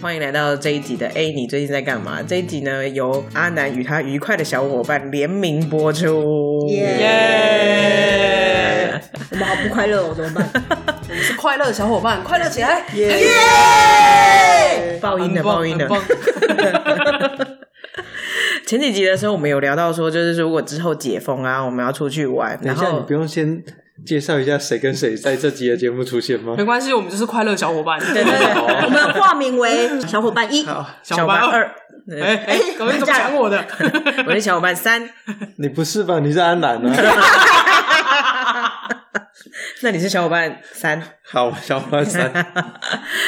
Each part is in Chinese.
欢迎来到这一集的 A，你最近在干嘛？这一集呢，由阿南与他愉快的小伙伴联名播出。耶我们好不快乐哦，怎么 办？我们是快乐的小伙伴，快乐起来！ 耶！爆音的爆音的很。棒前几集的时候，我们有聊到说，就是如果之后解封啊，我们要出去玩，等然一哎下，你后不用先介绍一下谁跟谁在这集的节目出现吗 没？关系，我们就是快乐小伙伴。对对对好我们化名为小伙伴一，好，小伙伴小伙伴二二，哎哎哎，怎么你怎么讲我的？ 我的小伙伴三， 你不是吧？你是安南啊？那你是小伙伴三，好，小伙伴三，所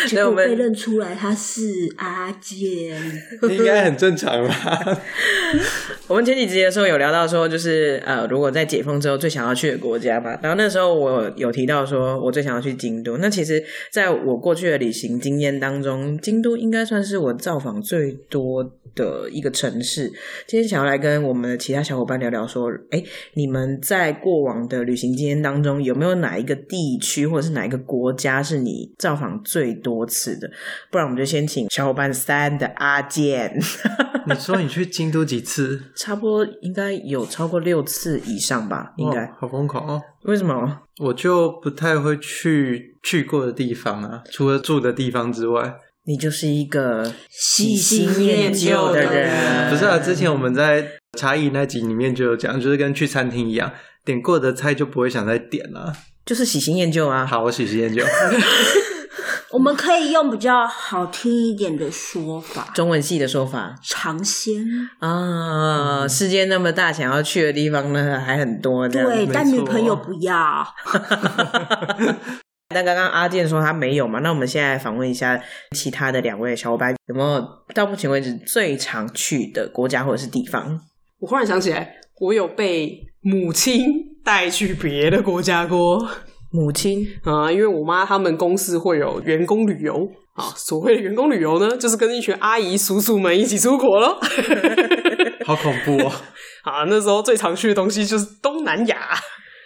以结我果被们认出来他是阿健。 应该很正常吧？我们前几集的时候有聊到说，就是呃，如果在解封之后最想要去的国家嘛，然后那时候我有提到说我最想要去京都。那其实，在我过去的旅行经验当中，京都应该算是我造访最多的一个城市。今天想要来跟我们的其他小伙伴聊聊说，哎，你们在过往的旅行经验当中，有没有哪一个地区或者是哪一个国家是你造访最多次的？不然我们就先请小伙伴三的阿健。你说你去京都几次？差不多应该有超过六次以上吧，应该。哇好疯狂哦！为什么？我就不太会去去过的地方啊，除了住的地方之外，你就是一个喜新新厌厌旧旧的的人。人不是啊。之前我们在茶艺那集里面就有讲，就是跟去餐厅一样，点过的菜就不会想再点了、就是喜新厌旧啊。，好，我喜新厌旧。我们可以用比较好听一点的说法，中文系的说法尝鲜。啊，世界那么大，想要去的地方呢还很多。这样对，没但女错朋友不要。 那刚刚阿健说他没有嘛，那我们现在访问一下其他的两位小伙伴，有没有到目前为止最常去的国家或者是地方？ 我忽然想起来，我有被母亲带去别的国家过母亲啊，因为我妈他们公司会有员工旅游。啊，所谓的员工旅游呢，就是跟一群阿姨叔叔们一起出国咯。好恐怖哦！啊，那时候最常去的东西就是东南亚，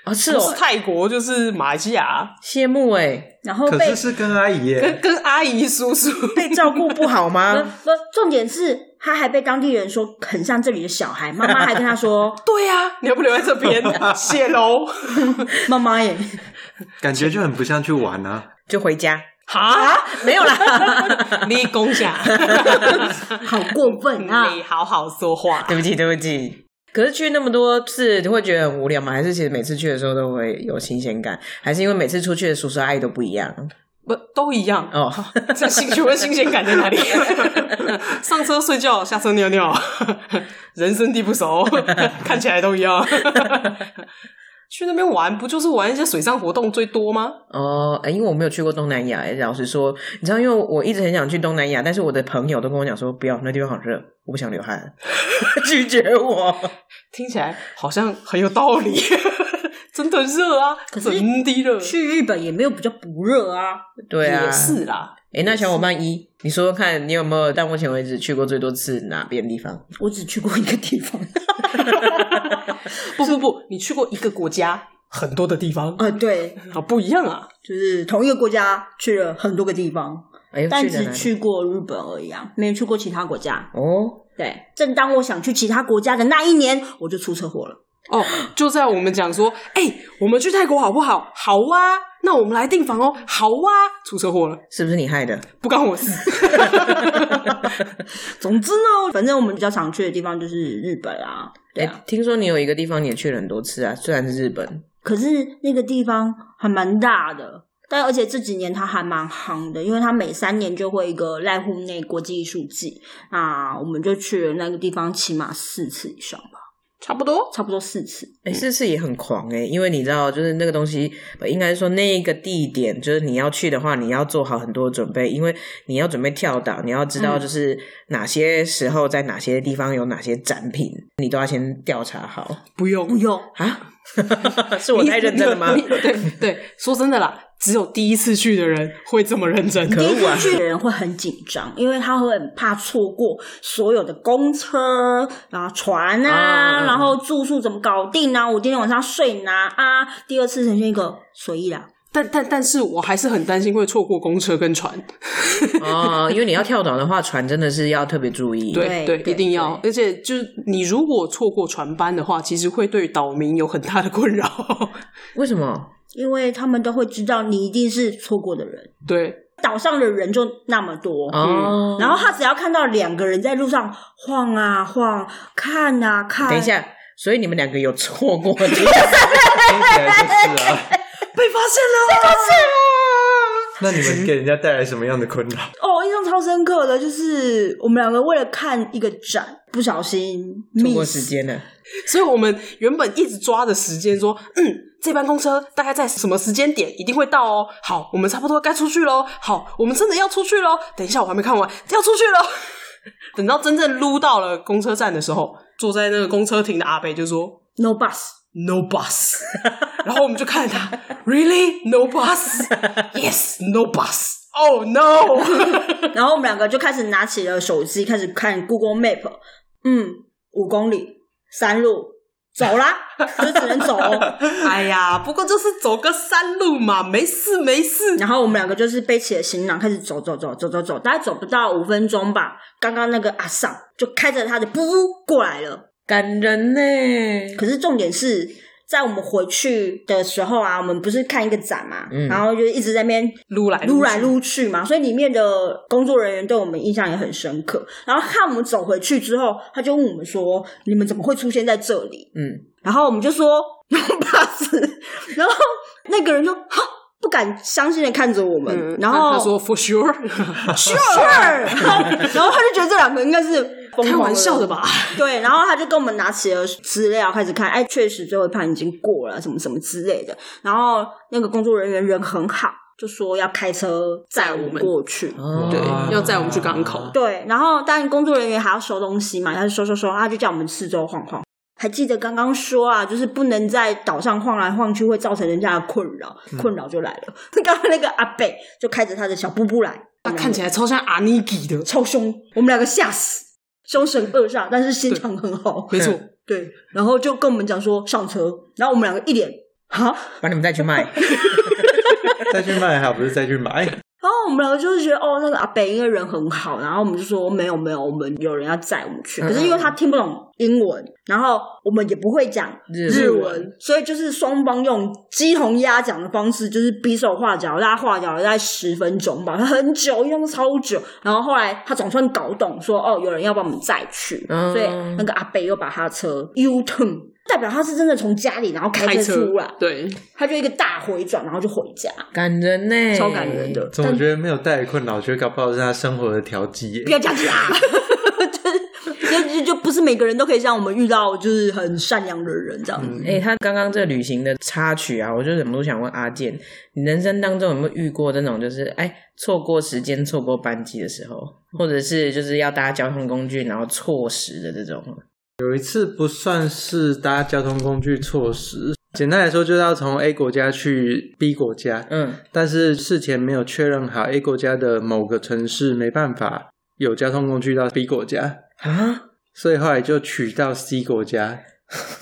哦，是不哦，是泰国就是马来西亚，羡慕哎，然后可被是是跟阿姨耶，跟跟阿姨叔叔。 被照顾不好不吗？不，重点是他还被当地人说很像这里的小孩，妈妈还跟他说 对呀、你要不留在这边谢喽？妈妈耶，感觉就很不像去玩啊。 就回家。啊哈，没有啦，你恭 喜，好过分啊！你好好说话。 对不起，对不起。可是去那么多次，你会觉得很无聊吗？还是其实每次去的时候都会有新鲜感？还是因为每次出去的叔叔阿姨都不一样？不都一样？哦，这新请问新鲜感在 哪里？上车睡觉，下车尿尿，人生地 不熟，看起来都一样。 去那边玩不就是玩一些水上活动最多吗？哦，哎因为我没有去过东南亚，哎老实说，你知道，因为我一直很想去东南亚，但是我的朋友都跟我讲说，不要，那地方好热，我不想流汗， 拒绝我。听起来好像很有道理， 真的热啊，可是真的热，去日本也没有比较不热啊，对啊，也。是啦。哎，那小伙伴一，你说说看，你有没有到目前为止去过最多次哪边地方？我只去过一个地方。不不不，你去过一个国家，很多的地方呃，对，啊，不一样啊。就是同一个国家去了很多个地方，哎，但去了哪只里去过日本而已啊，没有去过其他国家。哦，对，正当我想去其他国家的那一年，我就出车祸了。哦，就在我们讲说，哎、我们去泰国好不好？好啊，那我们来订房哦，好啊，出车祸了，是不是你害的？不关我事。 总之呢，反正我们比较常去的地方就是日本啊，对哎、啊。听说你有一个地方你也去了很多次啊，虽然是日本，可是那个地方还蛮大的，但而且这几年它还蛮夯的，因为它每三年就会一个濑户内国际艺术季啊，我们就去了那个地方，起码四次以上吧，差不多，差不多四次。嗯哎、这次也很狂哎、因为你知道，就是那个东西，呃应该说那个地点，就是你要去的话，你要做好很多准备，因为你要准备跳岛，你要知道嗯就是哪些时候在哪些地方有哪些展品，你都要先调查 好不用不用，啊。是我太认真了吗？你 对对，说真的啦，只有第一次去的人会这么认真。可恶啊！去的人会很紧张，因为他会很怕错过所有的公车，然后船嗯嗯啊，嗯然后住宿怎么搞定啊？我今天晚上睡哪啊？第二次呈现一个随意啦，但但但是我还是很担心会错过公车跟船。哦，因为你要跳岛的话，船真的是要特别注意。对对对一定要。对而且就是你如果错过船班的话，其实会对岛民有很大的困扰。为什么？因为他们都会知道你一定是错过的人，对，岛上的人就那么多，嗯哦，然后他只要看到两个人在路上晃啊晃，看啊看，等一下，所以你们两个有错过 的听起来就是啊。被发现了。 那你们给人家带来什么样的困扰？啊哦，印象超深刻的就是我们两个为了看一个展，不小心错过 miss 时间了。所以我们原本一直抓着时间说，嗯，这班公车大概在什么时间点一定会到哦。好，我们差不多该出去喽。好，我们真的要出去喽。等一下，我还没看完，要出去喽。 等到真正撸到了公车站的时候，坐在那个公车亭的阿贝就说 no bus。 “No bus”，然 后我们就看着他，“Really no bus？Yes no bus。Oh no！” 然后我们两个就开始拿起了手机，开始看 Google Map。嗯，五公里，山路，走啦，就只能走哦。哎呀，不过就是走个山路嘛，没事没事。然后我们两个就是背起了行囊，开始走走走走走走，大概走不到五分钟吧，刚刚那个阿尚就开着他的布过来了。感人呢。可是重点是在我们回去的时候啊，我们不是看一个展嘛，嗯然后就一直在那边撸来撸去来撸去嘛，所以里面的工作人员对我们印象也很深刻。然后看我们走回去之后，他就问我们说：“你们怎么会出现在这里嗯，？”然后我们就说：“巴士。”然后那个人就哈不敢相信的看着我们，嗯然他后说 for sure， sure，然 后然后他就觉得这两个应该是疯狂开玩笑的吧？对，然后他就跟我们拿起了资料开始看，哎，确实最后一盘已经过了，什么什么之类的。然后那个工作人员人很好，就说要开车载我嗯们过去。哦对哇，要载我们去港口对，然后但工作人员还要收东西嘛，他就收收收，他就叫我们四周晃晃。还记得刚刚说啊，就是不能在岛上晃来晃去，会造成人家的困扰，困扰就来了。刚刚那个阿贝就开着他的小布布来，嗯他啊看起来超像阿尼基的，超凶，我们两个吓死，凶神恶煞，但是心肠很好， 没错，对，然后就跟我们讲说上车，然后我们两个一脸哈，然把你们带去卖。再去卖还不是再去买？后我们两个就是觉得哦，那个阿北因为人很好，然后我们就说没有没有，我们有人要载我们去，可是因为他听不懂英文，然后我们也不会讲日日文文，所以就是双方用鸡同鸭讲的方式，就是比手画脚，大家画脚了大概十分钟吧， 很久，用超久。然后后来他总算搞懂说，哦，有人要把我们载去，嗯所以那个阿北又把他车 U turn，代表他是真的从家里然后开开车车出来，对，他就一个大回转，然后就回家，感人欸呢，超感人。的。总觉得没有带来困扰，觉得搞不好是他生活的调剂耶不。要讲啊啦。 就是就就就不是每个人都可以像我们遇到就是很善良的人这样嗯子，哎、他刚刚这旅行的插曲啊，我就忍不住想问阿健，你人生当中有没有遇过这种就是哎错过时间、错过班机的时候，或者是就是要搭交通工具然后错时的这种？有一次不算是搭交通工具措施，简单来说就是要从 A 国家去 B 国家，嗯，但是事前没有确认好 A 国家的某个城市没办法有交通工具到 B 国家，啊，所以后来就取到 C 国家，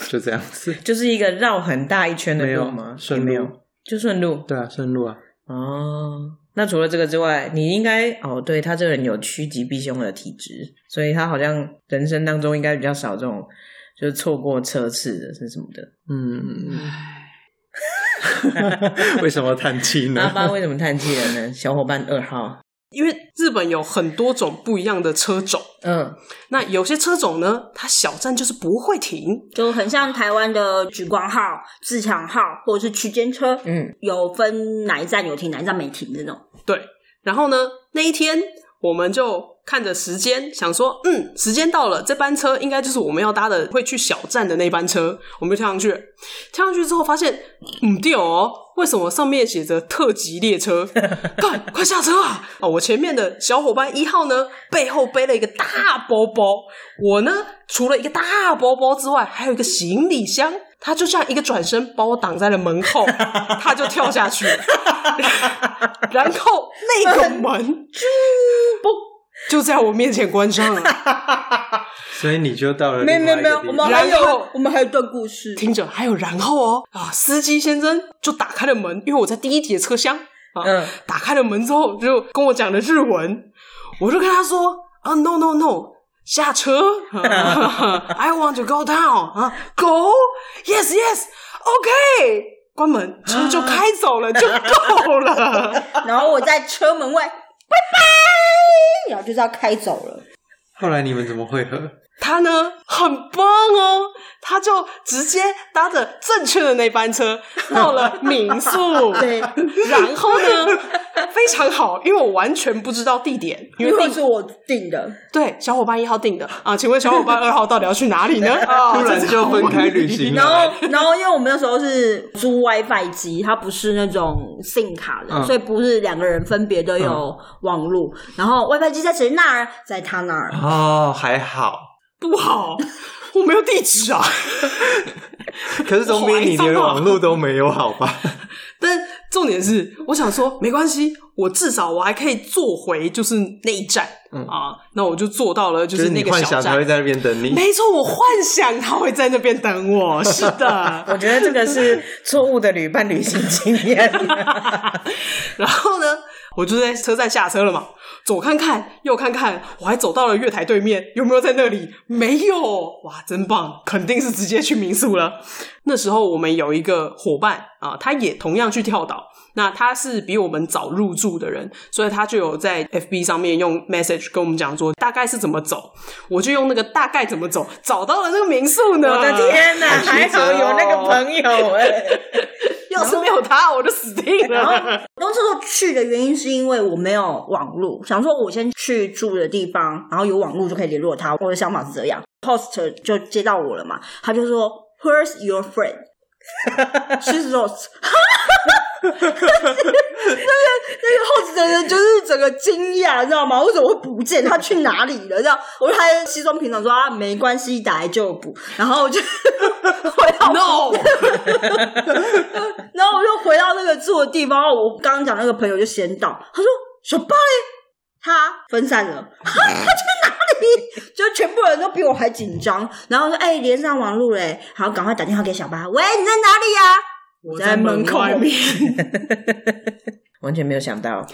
就这样子。就是一个绕很大一圈的没有路吗？顺也没路有，就顺路。对啊，顺路啊，哦，那除了这个之外，你应该哦，对他这个人有趋吉避凶的体质，所以他好像人生当中应该比较少这种就是错过车次的是什么的。嗯，为什么叹气阿呢？巴为什么叹气了 呢？小伙伴二号，因为日本有很多种不一样的车种，嗯，那有些车种呢，它小站就是不会停，就很像台湾的莒光号、自强号或者是区间车，嗯，有分哪一站有停，哪一站没停这种。对，然后呢，那一天我们就看着时间，想说，嗯，时间到了，这班车应该就是我们要搭的会去小站的那班车，我们就跳上去了。跳上去之后发现，嗯，对哦，为什么上面写着特急列车？快快下车啊！哦，我前面的小伙伴一号呢，背后背了一个大包包，我呢，除了一个大包包之外，还有一个行李箱。他就这样一个转身把我挡在了门后，他就跳下去了。然后那个门，就在我面前关上了。所以你就到了没有呃另没外有一没有，个地我们方还有然后我们还有一段故事。听着，还有然后哦啊，司机先生就打开了门，因为我在第一节车厢啊，嗯打开了门之后就跟我讲了日文，我就跟他说啊，no no no。下车啊，I want to go down 啊，go yes yes OK，关门车就开走了，就够了。 然后我在车门外，拜拜，然后就是要开走了。后来你们怎么会合？他呢很棒哦，他就直接搭着正确的那班 车到了民宿。对，然后呢，非常好，因为我完全不知道地点， 因因为为订是我定的，对小伙伴一号订的啊，请问小伙伴二号到底要去哪里呢？啊，突然这是就哦分开旅行然 了。后然后因为我们那时候是租 WiFi 机，它不是那种 SIM 卡的，嗯所以不是两个人分别都有网路。然后 WiFi 机在谁那儿，在他那儿。哦，还好，不好，我没有地址啊。 可是总比你连网络都没有好吧？但重点是，我想说没关系，我至少我还可以坐回就是那一站、嗯啊，那我就坐到了就就是是你那个幻小想站他。会在那边等你，没错，我幻想他会在那边等我。是我 的，觉得这个是错误的旅伴旅行经验。啊 然后呢，我就在车站下车了嘛，左看看，右看看，我还走到了月台对面，有没有在那里？没有，哇，真棒，肯定是直接去民宿了。那时候我们有一个伙伴啊，他也同样去跳岛，那他是比我们早入住的人，所以他就有在 FB 上面用 message 跟我们讲说大概是怎么走，我就用那个大概怎么走找到了那个民宿呢。我的！天哪，好曲还折啊好哦有那个朋友 哎、要是没有他，我就死定然 后，了。然后这时候去的原因是因为我没有网路，想说我先去住的地方，然后有网路就可以联络他。我的想法是这样，host 就接到我了嘛，他就说 Where's your friend？She's lost 。 那个那个 host 的人就是整个惊讶，你知道吗？为什么会不见？他去哪里了？这样，我就还西装平常说啊，没关系，打来就补。然后我就 回到 No，然后我就回到那个住的地方，我刚刚讲那个朋友就先到，他说小八嘞，他分散了，他去哪里？就 全部人都比我还紧张，然后说哎、连上网路嘞，好，赶快打电话给小八，喂，你在哪里呀、我在门口外面。完全没有想到，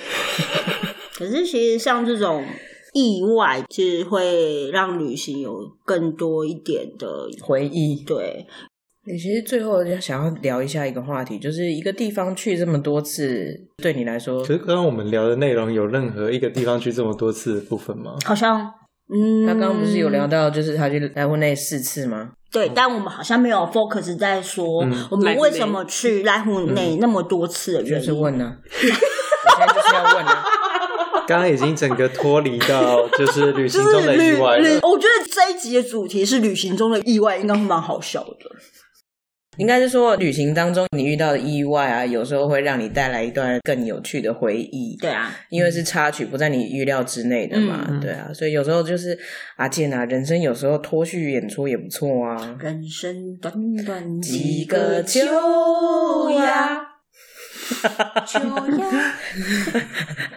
可是其实像这种意外，其实会让旅行有更多一点的回忆。对，你其实最后要想要聊一下一个话题，就是一个地方去这么多次，对你来说可，是刚刚我们聊的内容有任何一个地方去这么多次的部分吗？好像嗯，他刚刚不是有聊到，就是他去来湖内四次吗？对，但我们好像没有 focus 在说嗯我们为什么去濑户内那么多次的就原是因。问呢、我现在就是要问啊，刚刚已经整个脱离到就是旅行中的意外了。我觉得这一集的主题是旅行中的意外，应该会蛮好笑的。应该是说旅行当中你遇到的意外啊，有时候会让你带来一段更有趣的回忆。对啊，因为是插曲，不在你预料之内的嘛，嗯嗯对啊，所以有时候就是阿健啊，人生有时候脱序演出也不错啊。人生短短几几个个秋秋呀呀，秋呀，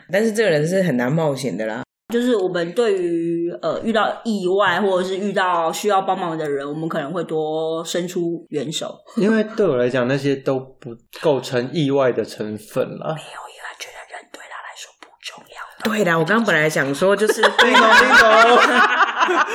但是这个人是很难冒险的啦， 就是我们对于呃遇到意外或者是遇到需要帮忙的人，我们可能会多伸出援手。因为对我来讲，那些都不构成意外的成分啦。没有意外，觉得人对他来说不重要。对啦，我刚刚本来想说 就是叮咚叮咚，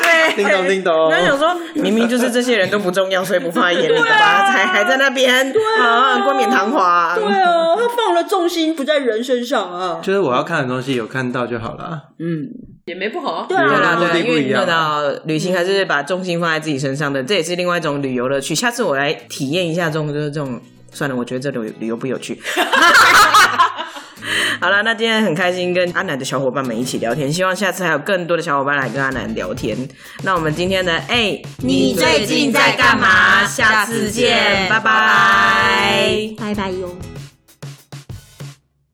对，叮咚叮我咚刚，想说，明明就是这些人都不重要，所以不放在 眼里的吧，才还在那边啊，冠冕堂皇。对啊，他放了重心不在人身上啊。就是我要看的东西有看到就好啊啦。嗯，也没不好啊。对对啊啦，，对啦，目的因不为一样那到旅行还是把重心放在自己身上的，嗯这也是另外一种旅游乐趣。下次我来体验一下这种，就是这种。算了，我觉得这旅旅游不有 趣。好了，那今天很开心跟阿南的小伙伴们一起聊天，希望下次还有更多的小伙伴来跟阿南聊天。那我们今天的哎、你最近在干嘛？下次见，拜拜拜拜，拜拜哟。